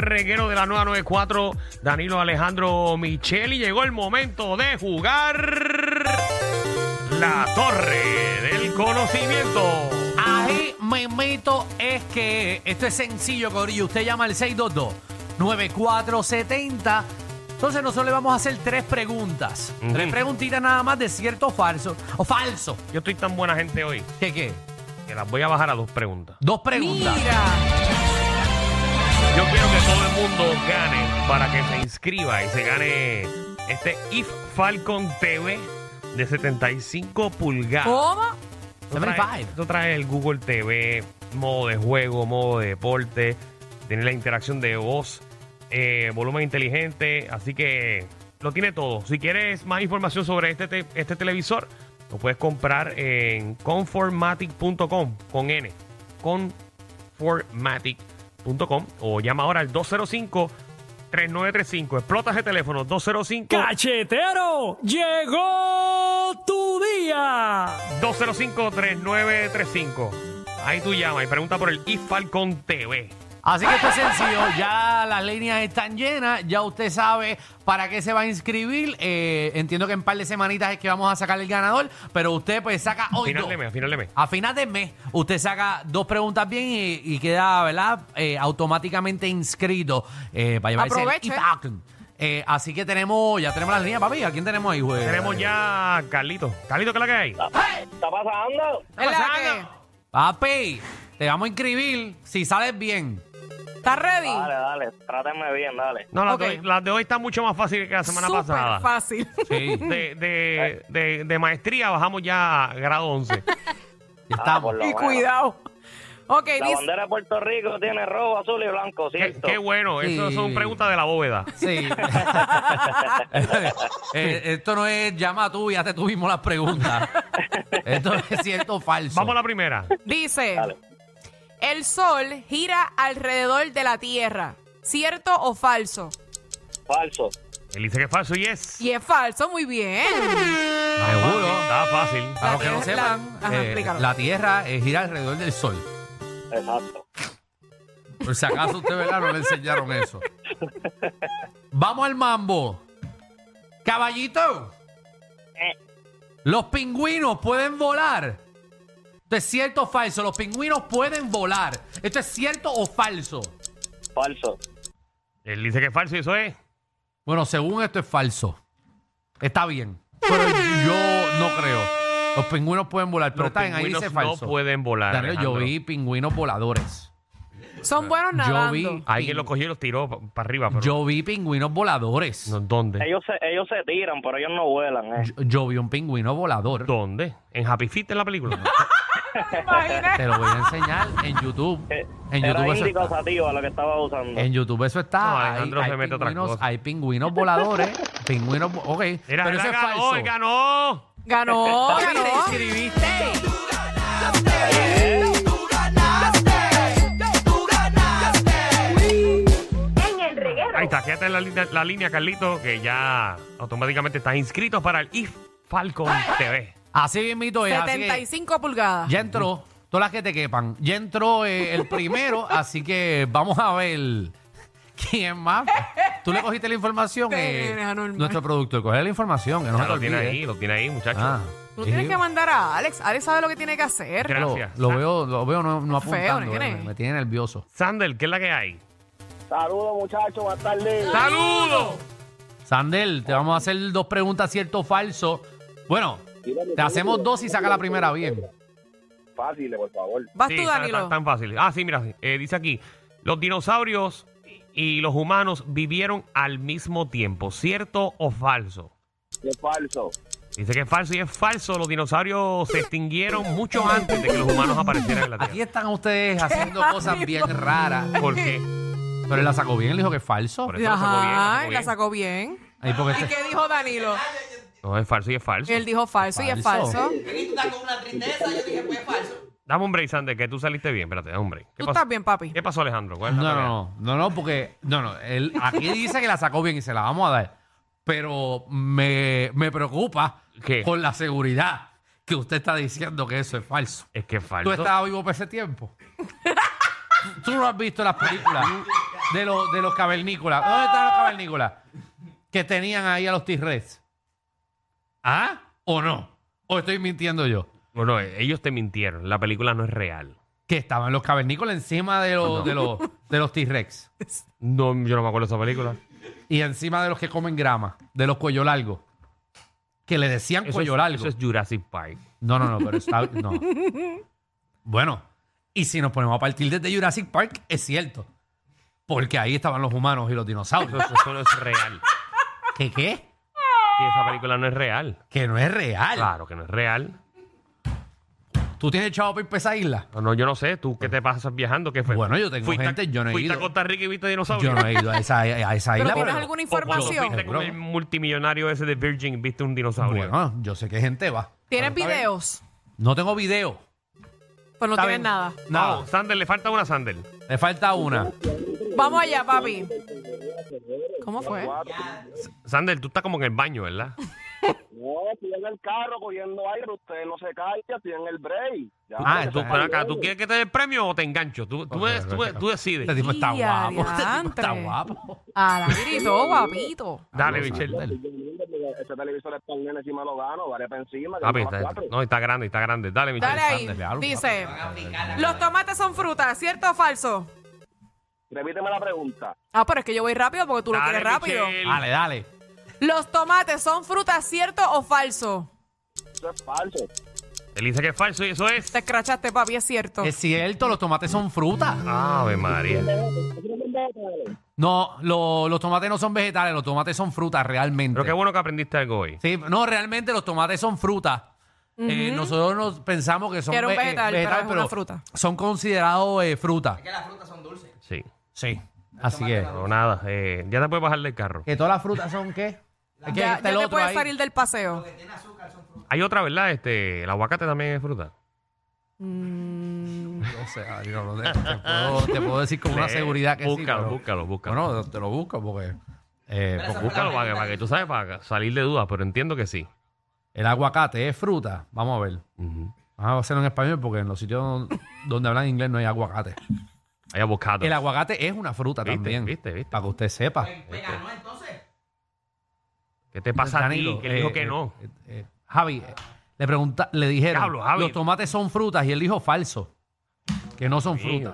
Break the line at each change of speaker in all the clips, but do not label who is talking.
reguero de la 994, Danilo Alejandro Micheli. Llegó el momento de jugar la torre del conocimiento.
Ahí me meto es que esto es sencillo, Corillo. Usted llama al 622-9470. Entonces nosotros le vamos a hacer tres preguntas.
Ujú.
Tres preguntitas nada más de cierto o falso. O falso.
Yo estoy tan buena gente hoy
¿Qué qué?
que las voy a bajar a dos preguntas.
Dos preguntas.
Mira.
Yo quiero que todo el mundo gane para que se inscriba y se gane este IF Falcon TV de 75 pulgadas.
¿Cómo?
Tú traes-
75.
tú traes el Google TV, modo de juego, modo de deporte, tiene la interacción de voz, eh, volumen inteligente, así que lo tiene todo. Si quieres más información sobre este, te- este televisor, lo puedes comprar en conformatic.com con N. Conformatic.com o llama ahora al 205 3935. Explota ese teléfono 205
¡Cachetero! ¡Llegó tu día!
205-3935. Ahí tú llamas y pregunta por el iFalcon TV.
Así que esto es sencillo, ya las líneas están llenas, ya usted sabe para qué se va a inscribir. Eh, entiendo que en par de semanitas es que vamos a sacar el ganador, pero usted pues saca
A
hoy.
final
dos.
de mes, a final de mes.
A final de mes, usted saca dos preguntas bien y, y queda, ¿verdad? Eh, automáticamente inscrito eh, para llevarse el
Aproveche.
Ipac. Eh, así que tenemos, ya tenemos las líneas, papi. ¿A quién tenemos ahí, güey?
Tenemos ya a Carlito. Carlito, ¿qué es la que hay?
¿Está pasando?
Es la
pasando? Papi, te vamos a inscribir si sales bien.
que- ¿Estás ready?
Dale, dale, trátenme bien, dale.
No, las,
Ok.
de, hoy- las de hoy están mucho más fáciles que la semana
Súper
pasada.
fácil.
Sí,
De, de, de- de maestría bajamos ya a grado 11.
ya
Ah,
estamos.
por lo
y
menos.
cuidado. Ok,
La
dice.
bandera de Puerto Rico tiene rojo, azul y blanco,
qué,
¿cierto?
qué bueno, eso
Sí.
son preguntas de la bóveda.
Sí. Eh, esto no es llama tú y ya te tuvimos las preguntas. Esto es cierto o falso.
Vamos a la primera.
Dice.
Dale.
El sol gira alrededor de la Tierra. ¿Cierto o falso?
Falso.
Él dice que es falso y es.
Y es falso, muy bien.
Seguro.
Está fácil.
Para los que no
La-
sepan,
ajá,
eh,
explícalo.
la Tierra eh, gira alrededor del Sol.
Exacto.
Por si acaso usted, ¿verdad? No le enseñaron eso. Vamos al mambo. Caballito,
Eh,
los pingüinos pueden volar. Esto es cierto o falso. Los pingüinos pueden volar. Esto es cierto o falso.
falso.
Él dice que es falso y eso es.
Bueno, según esto es falso. Está bien. Pero yo no creo. Los pingüinos pueden volar, pero
Los
está bien, ahí
pingüinos
dice
no
falso.
pueden volar.
Daniel, yo
Alejandro.
vi pingüinos voladores.
Son buenos
Yo
nadando.
vi,
Alguien los cogió y los tiró para arriba. Pero
yo vi pingüinos voladores.
¿no? ¿Dónde?
Ellos se, ellos se tiran, pero ellos no vuelan, ¿eh?
Yo, yo vi un pingüino volador.
¿Dónde? ¿En Happy Feet en la película?
¿Te imaginas?
Te lo voy a enseñar en YouTube.
Eh,
En
Era
YouTube eso
índico
está.
sativa lo que estaba usando.
En YouTube eso está.
No,
Hay-
Alejandro
hay,
se mete otra
pingüinos,
cosa.
hay pingüinos voladores. pingüinos. vo- Ok.
Era,
pero
era,
eso es
ganó,
falso.
él ganó.
Ganó,
Papi, te
ganó.
inscribiste.
Ahí está, quédate en la, línea- la línea, Carlito, que ya automáticamente estás inscrito para el IF Falcon TV.
Así mismito es. pues, así que-
75 pulgadas.
Ya entró, todas las que te quepan. Ya entró eh, el primero, así que vamos a ver quién más. Tú le cogiste la información.
Te
eh,
eres anormal.
nuestro productor, coge la información, que no
Ya
se te
lo tiene
olvide.
ahí, lo tiene ahí, muchachos.
Ah,
Tú
sí,
tienes que mandar a Alex. Alex sabe lo que tiene que hacer.
lo,
Gracias.
lo veo, lo veo no, no apuntando,
nene.
eh, me, me tiene nervioso.
Sander, ¿qué es la que hay?
Saludos, muchachos, buenas tardes.
¡Saludos!
Sandel, te vamos a hacer dos preguntas, cierto o falso. Bueno, te hacemos dos y saca la primera bien.
Fácil, por favor.
Vas
Sí,
tú,
tan-
Danilo.
Tan, tan fácil. Ah, sí, mira, eh, dice aquí, los dinosaurios y los humanos vivieron al mismo tiempo, ¿cierto o falso?
Es falso.
Dice que es falso y es falso. Los dinosaurios se extinguieron mucho antes de que los humanos aparecieran en la
Aquí
Tierra.
están ustedes haciendo cosas bien raras.
¿Por qué?
Pero él la sacó bien, él dijo que es falso.
Por eso la sacó bien, la
Ajá,
sacó
la
bien.
sacó bien.
Ahí porque
¿Y
este-
qué dijo Danilo?
No, es falso y es falso.
Él dijo falso, y es
Falso.
falso.
Dame un break, Sander, que tú saliste bien. Espérate, dame un break. ¿Qué
Tú
pasó?
estás bien, papi.
¿Qué pasó, Alejandro? ¿Cuál es
No,
la pelea?
no, no, no, no, porque no, no, él aquí dice que la sacó bien y se la vamos a dar, pero me, me preocupa
¿Qué?
con la seguridad que usted está diciendo que eso es falso.
Es que es
¿Tú
falso.
estabas vivo para ese tiempo? ¿Tú, tú no has visto las películas de, los, de los cavernícolas. ¿Dónde están los cavernícolas? Que tenían ahí a los tigres. ¿Ah? ¿O no? ¿O estoy mintiendo yo?
Bueno, eh, ellos te mintieron. La película no es real.
Que estaban los cavernícolas encima de los, de los, de los T-Rex.
No, yo no me acuerdo de esa película.
Y encima de los que comen grama, de los cuello largo. Que le decían
Eso es,
cuello largo.
eso es Jurassic Park.
No, no, no, pero está. No. Bueno, y si nos ponemos a partir desde Jurassic Park, es cierto. Porque ahí estaban los humanos y los
Eso,
dinosaurios.
eso- eso no es real.
¿Qué qué?
Y esa película no es real.
Que no es real.
Claro que no es real.
¿Tú tienes chavo para ir pa' esa isla?
No, no, yo no sé. ¿Tú qué te pasas viajando? ¿Qué fue?
Bueno, yo tengo
Fuiste a-
gente, yo no he
fuiste
ido.
a Costa Rica y viste
Yo
dinosaurios.
no he ido a esa, a esa
¿Pero
isla.
tienes alguna
O cuando
información?
fuiste con el multimillonario ese de Virgin y viste un dinosaurio.
Bueno, yo sé que gente va.
¿Tienes
Pero está bien.
videos?
No tengo video.
Pues no
Está
tienes
bien.
nada.
Nada.
No, Sander, le falta una Sander.
Me falta una.
Vamos allá, papi. ¿Cómo fue?
Sander, tú estás como en el baño, ¿verdad?
No, estoy en el carro cogiendo aire, ustedes no se callan, estoy en el break. Ya,
Ah,
Tú, ven acá, ¿tú quieres que te dé el premio o te engancho? Tú, tú, ves- tú ves- tú
Este
decides.
tipo está
Y
guapo. Este tipo está
adiantre.
guapo.
Ah, la gritó, guapito.
Dale,
Vamos,
Michelle.
Sander.
Este televisor está bien encima lo gano, vale para encima. que
Papi,
son las
está,
cuatro.
no, está grande, está grande. Dale, Michelle.
Dale ahí.
Alexander, algo,
Dice, los tomates son frutas, ¿cierto o falso?
Repíteme la pregunta.
Ah, pero es que yo voy rápido porque tú lo
Dale,
quieres rápido.
Michelle.
Dale, dale.
Los tomates son frutas, ¿cierto o falso?
Eso es falso.
Él dice que es falso y eso es.
Te escrachaste, papi, es cierto.
Es cierto, los tomates son frutas.
Ave María.
No, lo- los tomates no son vegetales, los tomates son frutas realmente.
Pero qué bueno que aprendiste algo hoy.
Sí, no, realmente los tomates son frutas. Eh, nosotros nos pensamos que son
Que era un
ve- eh,
vegetal, pero es una fruta.
son considerados eh, fruta.
Sí.
Sí, así que
No, nada. eh, ya te puedes bajar del carro.
que todas las frutas son qué? Es que
ya
está
ya
el
te
otro
puedes
ahí.
salir del paseo.
Hay otra, ¿verdad? Este, el aguacate también es fruta.
No sé, ay, no, no, te, te puedo, te puedo decir con una
Sí,
seguridad que sí.
Eh, búscalo,
pero-
búscalo, búscalo.
Bueno, te lo busco porque eh, pues,
Búscalo para que, para que tú sabes, para salir de dudas, pero entiendo que sí.
el aguacate es fruta. Vamos a ver.
Ujú.
Vamos a hacerlo en español porque en los sitios don- donde hablan inglés no hay aguacate.
Hay avocado.
El aguacate es una fruta
Viste,
también.
viste, viste.
Para que usted sepa.
¿Qué te pasa a
Danilo,
ti? Que
eh,
él dijo que
eh,
no.
eh, eh, Javi, eh, le pregunta, le dijeron,
Diablo, Javi.
los tomates son frutas y él dijo falso, que no son frutas,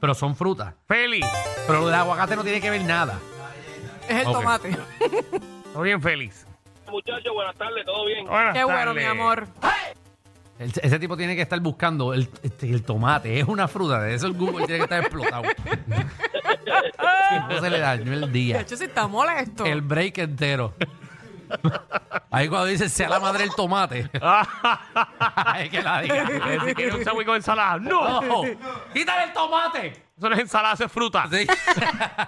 pero son frutas.
Feli.
Pero lo del aguacate no tiene que ver nada.
Es el
Ok.
tomate.
¿Todo bien, Félix?
Muchachos, buenas tardes, ¿todo bien?
Buenas
Qué bueno, mi
tardes.
amor.
El- ese tipo tiene que estar buscando el, este, el tomate, es una fruta, de eso el Google tiene que estar explotado. no se le dañó el
De
día,
hecho, si está molesto.
el break entero. Ahí cuando dice sea la madre el tomate. Ay, que la diga.
Si quieres un sándwich con ensalada. ¡No!
No, quítale el tomate.
Eso no es ensalada, eso es fruta.
Sí.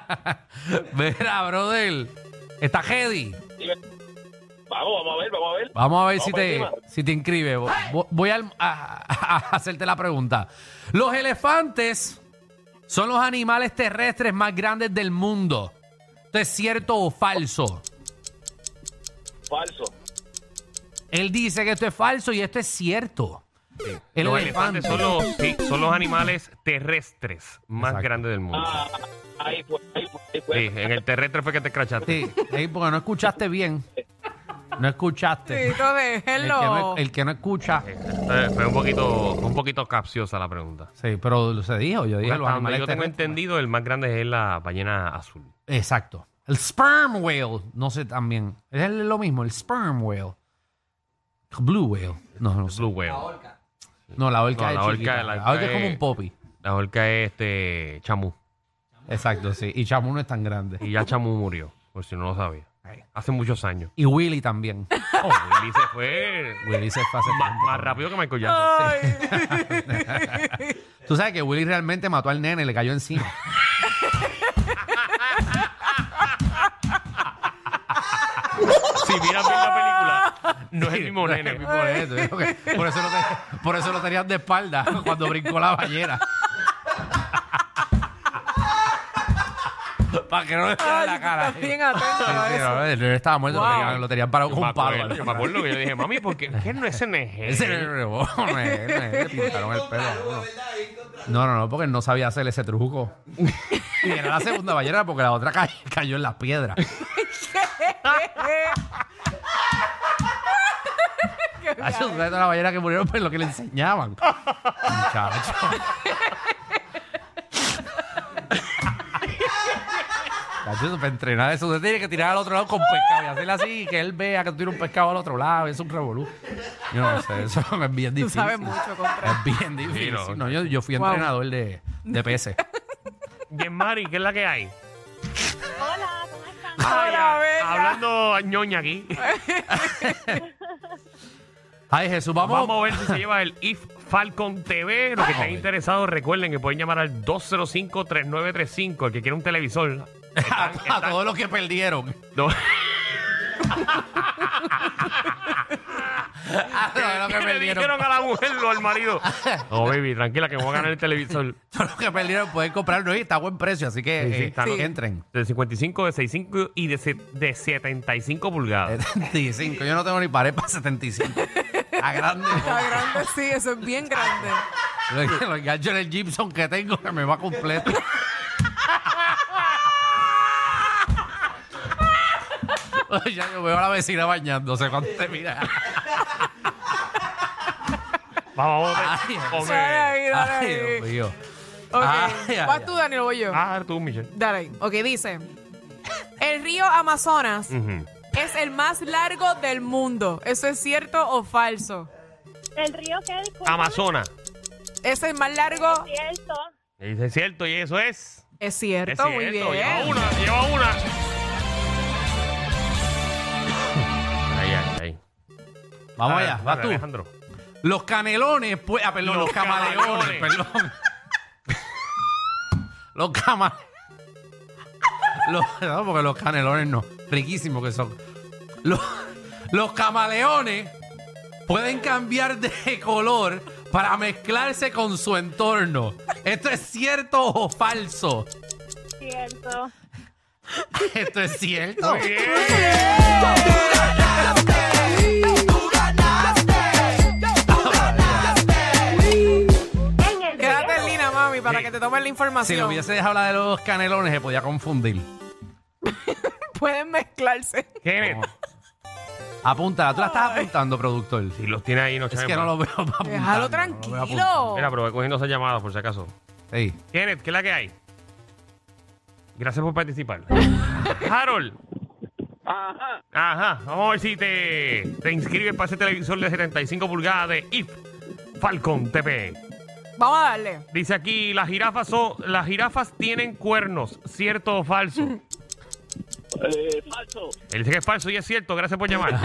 Mira, brother. Está Hedy.
Vamos, vamos a ver, vamos a ver.
Vamos a ver si
para
te,
encima.
si te inscribe. Vo- vo- Voy al- a, a hacerte la pregunta. Los elefantes son los animales terrestres más grandes del mundo. ¿Esto es cierto o falso?
Falso.
Él dice que esto es falso y esto es cierto. El
los
elefante.
elefantes son los, sí, son los animales terrestres más
Exacto.
grandes del mundo.
Ah, ahí fue, ahí fue, ahí fue.
Sí, en el terrestre fue que te crachaste.
Sí, sí, porque no escuchaste bien. No escuchaste.
Tito,
El que no,
déjenlo.
el que no escucha.
Eh, Fue un poquito, un poquito capciosa la pregunta.
Sí, pero se dijo. Yo dije
Hasta
los
donde
animales
yo tengo
terrestres.
entendido, el más grande es la ballena azul.
Exacto. El sperm whale, no sé también. Es lo mismo, el sperm whale. Blue whale. No, no sé.
Blue whale.
No, la orca
No,
es
la orca-
chiquita.
la
La
orca
orca es como
es-
un popi.
La orca es este, chamú.
Exacto, sí. Y Chamu no es tan grande.
Y ya chamú murió, por si no lo sabía. Hace muchos años.
Y Willy también.
Oh, Willy se fue
Willy se fue hace
más,
tiempo.
más rápido que Michael Jackson.
Ah.
Tú sabes que Willy realmente mató al nene, le cayó encima.
Si miras bien la película, no es el mismo
Es el
nene.
mismo nene, tú dijo que- Por eso, lo te- por eso lo tenían de espalda cuando brincó la ballena. Para que no le vean la cara.
Estás bien atento
Sí,
a
sí,
eso.
no, él estaba muerto,
Wow.
lo, tenían, lo tenían parado
Yo
con
me
un palo.
acuerdo, yo me acuerdo que yo le dije, mami, ¿por qué, ¿Qué no es NG?
Ese era el rebo- no es- no es- le pintaron el pelo. No, no, no, porque él no sabía hacer ese truco. Y era la segunda ballena porque la otra ca- cayó en las piedras. Hacho, tú sabes toda la ballena que murieron por lo que le enseñaban. Muchacho. Muchacho, para entrenar eso, usted tiene que tirar al otro lado con pescado y hacerle así, que él vea que tú tiras un pescado al otro lado, y es un revolú. Yo no sé, eso es bien
Tú
difícil.
sabes mucho, contra.
Es bien difícil.
no.
No, yo, yo fui
Wow.
entrenador de, de PS.
Bien, Mari, ¿qué es la que hay?
Hola, ¿cómo están?
Ay,
Hola,
a-
bella.
hablando a ñoña aquí.
Ay, Jesús, vamos.
Vamos a ver si se lleva el IF Falcon TV. Los que estén interesados, recuerden que pueden llamar al 205-3935. El que quiera un televisor.
a, a todos los que perdieron.
No.
A todos los que
¿Qué le dijeron
perdieron.
a la mujer o al marido? No, baby, tranquila, que me voy a ganar el televisor.
Todos los que perdieron pueden comprarlo y está a buen precio, así que
Sí, sí,
eh,
está, ¿no?
entren.
De 55, de 65 y de, se- de 75
Eh.
pulgadas.
75. Yo no tengo ni pared para 75. A grande.
Está grande, sí, eso es bien grande.
Lo, lo engancho en el Gibson que tengo que me va completo. ya yo veo a la vecina bañándose cuando te mira.
Vamos,
Ay,
vamos.
Jesús.
Dale
hombre.
ahí, dale
Ay,
ahí.
Dios mío.
Ok,
Ah, ya,
vas
ya.
tú, Daniel, voy yo.
Ah, tú, Michelle.
Dale ahí. Ok, dice. El río Amazonas
Mm.
Ujú.
es el más largo del mundo. ¿Eso es cierto o falso?
¿El río qué? Disculpa.
Amazonas.
¿Es el más largo?
Cierto.
Dice, Es cierto, y eso es.
Es cierto,
Es
muy bien.
cierto, lleva una, lleva una. Ay, ay, ay.
Vamos
Dale,
allá, vas
dale,
tú.
Alejandro.
Los canelones, pues. Ah, perdón, los,
Los
camaleones,
camaleones.
perdón. los camaleones. no, porque los canelones no. Riquísimos que son. Los, los camaleones pueden cambiar de color para mezclarse con su entorno. ¿Esto es cierto o falso?
Cierto.
Esto es cierto.
Muy bien.
En el
Quédate
río.
en línea, mami, para que te tomen la
Si lo
información.
hubiese dejado hablar de los canelones, se podía confundir.
Pueden mezclarse.
Kenneth.
Apunta, tú la estás apuntando, productor.
Si los tiene ahí, no
Es que
chamba.
no lo veo. para apuntarlo,
Déjalo
no lo veo
tranquilo.
Mira, pero voy cogiendo esas llamadas por si acaso.
Ey,
Kenneth, ¿qué es la que hay? Gracias por participar. Harold.
Ajá.
Ajá. Vamos a ver si te, te inscribes para ese televisor de 75 pulgadas de IF Falcon TV.
Vamos a darle.
Dice aquí, las jirafas son, las jirafas tienen cuernos, ¿cierto o falso?
Eh, falso.
Él dice que es falso y es cierto, gracias por llamar.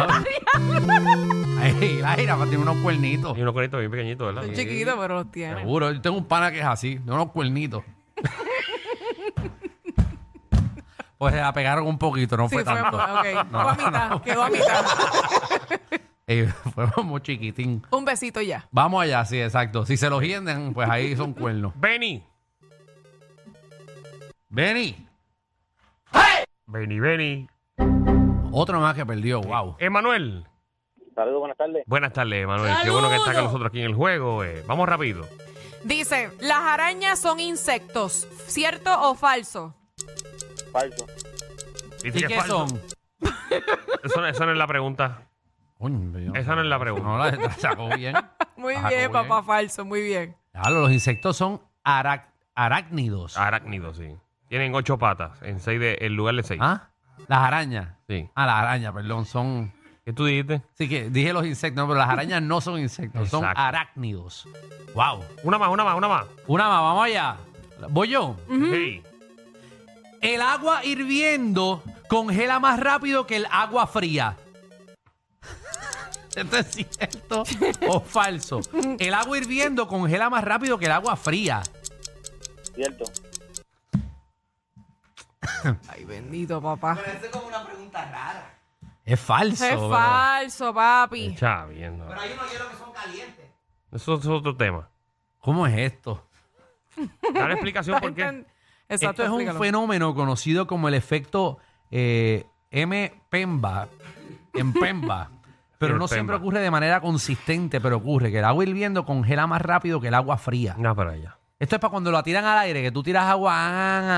ey, la jirafa tiene unos cuernitos.
y uno conecta bien pequeñito, ¿verdad?
Son chiquitos, pero los tienen.
Seguro, yo tengo un pana que es así, de unos cuernitos. pues se la pegaron un poquito, no
Sí,
fue
fue,
tanto.
ok. Fue
No,
a mitad, quedó a mitad.
Ey, fue como chiquitín.
Un besito ya.
Vamos allá, sí, exacto. Si se los hienden, pues ahí son cuernos.
Benny.
Benny,
Benny, Benny.
otro más que perdió, wow.
Emanuel.
Saludos, buenas tardes.
Buenas tardes, Emanuel. Qué bueno que está con nosotros aquí en el juego. eh. Vamos rápido.
Dice, las arañas son insectos. ¿Cierto o falso?
Falso.
Dice
¿Y
que es
qué
falso.
son?
Eso, no- eso no es la pregunta.
Coño, yo-
Esa no es la pregunta.
No la, la sacó bien.
Muy
Ajá,
bien,
muy
papá, falso, muy bien.
Claro, los insectos son arac- arácnidos.
Arácnidos, sí. Tienen ocho patas en seis de, en lugar de seis.
¿Ah? Las arañas.
Sí.
Ah, las arañas, perdón, son.
¿Qué tú dijiste?
Sí, que dije los insectos, no, pero las arañas no son insectos, son
Exacto.
arácnidos. ¡Wow!
Una más, una más, una más.
Una más, vamos allá. Voy yo.
Sí.
El agua hirviendo congela más rápido que el agua fría. ¿Esto es cierto o falso? El agua hirviendo congela más rápido que el agua fría.
Cierto.
Ay, bendito, papá.
Es falso.
Es
bro.
falso, papi.
Está bien. Pero hay unos hielos que son calientes. Eso es otro tema.
¿Cómo es esto?
Dale explicación por qué.
Enten-
Esto
Exacto,
es
explícalo.
un fenómeno conocido como el efecto eh, M. Pemba. En Pemba. Pero
El
no siempre
Pemba.
ocurre de manera consistente, pero ocurre que el agua hirviendo congela más rápido que el agua fría.
Nada para allá.
Esto es para cuando lo tiran al aire, que tú tiras agua.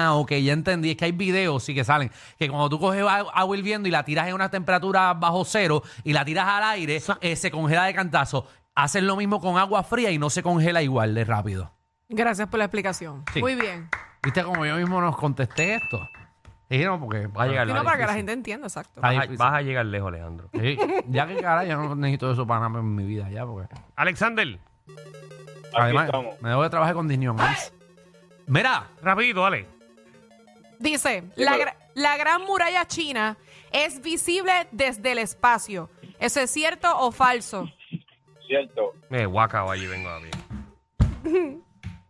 Ah, ok, ya entendí. Es que hay videos, sí, que salen. Que cuando tú coges agua agua hirviendo y la tiras en una temperatura bajo cero y la tiras al aire, eh, se congela de cantazo. Hacen lo mismo con agua fría y no se congela igual de rápido.
Gracias por la explicación.
Sí.
Muy bien.
¿Viste como yo mismo nos contesté esto? Dijeron, porque va a llegar
Y
la
no para que la gente entienda, exacto.
Está
Vas a,
difícil.
vas a llegar lejos, Alejandro.
Sí, ya que cara, yo no necesito eso para nada en mi vida ya, porque
Alexander,
además
estamos.
me debo de trabajar con Disney. on Ice. Mira,
rapidito, dale.
Dice, la, gra- la gran muralla china es visible desde el espacio. ¿Eso es cierto o falso?
Cierto.
Me guaca, vaya, vengo a mí.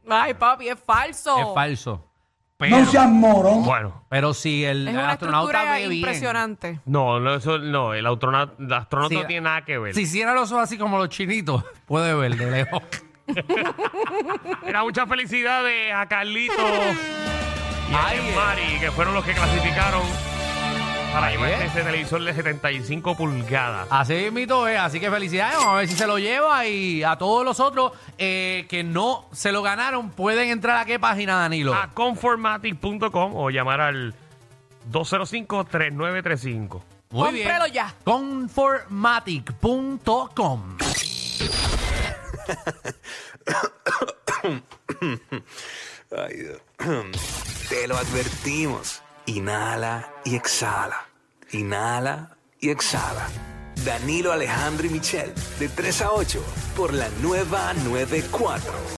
Ay, papi, es falso.
es falso.
No seas moro. Bueno,
Pero si el
Es una
astronauta
estructura
ve bien,
impresionante.
no, no, eso, no el astronauta, el astronauta
Sí,
no tiene nada que ver.
si hiciera los ojos así como los chinitos, puede ver de lejos.
Era muchas felicidades a Carlito y a
Ay, eh.
Mari, que fueron los que clasificaron para
Ay,
llevarse
eh.
ese televisor de 75 pulgadas.
Así mito es, así que felicidades, vamos a ver si se lo lleva y a todos los otros eh, que no se lo ganaron pueden entrar a qué página, Danilo.
A conformatic.com o llamar al 205-3935.
Muy bien.
Cómprelo ya.
Conformatic.com.
Ay, Dios. Te lo advertimos. Inhala y exhala. Inhala y exhala. Danilo Alejandro y Michel, de 3 a 8, por la nueva 94.